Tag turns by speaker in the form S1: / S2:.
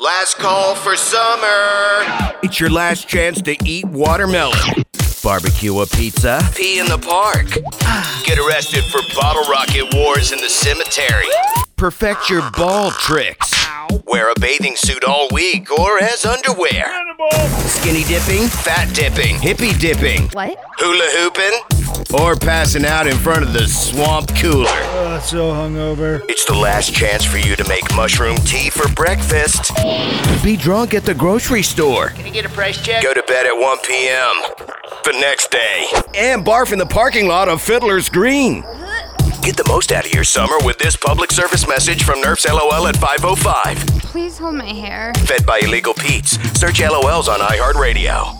S1: Last call for summer.
S2: It's your last chance to eat watermelon. Barbecue a pizza.
S1: Pee in the park. Get arrested for bottle rocket wars in the cemetery.
S2: Perfect your ball tricks.
S1: Wear a bathing suit all week or as underwear.
S2: Skinny dipping,
S1: Fat dipping.
S2: hippie dipping,
S3: What?
S1: Hula hooping.
S2: or passing out in front of the swamp cooler.
S4: Oh, so hungover.
S1: It's the last chance for you to make mushroom tea for breakfast.
S2: Be drunk at the grocery store.
S1: Go to bed at 1 p.m. the next day.
S2: And barf in the parking lot of Fiddler's Green.
S1: Get the most out of your summer with this public service message from Nerf's LOL at 505.
S3: Please hold my hair.
S1: Fed by Illegal Pete's. Search LOLs on iHeartRadio.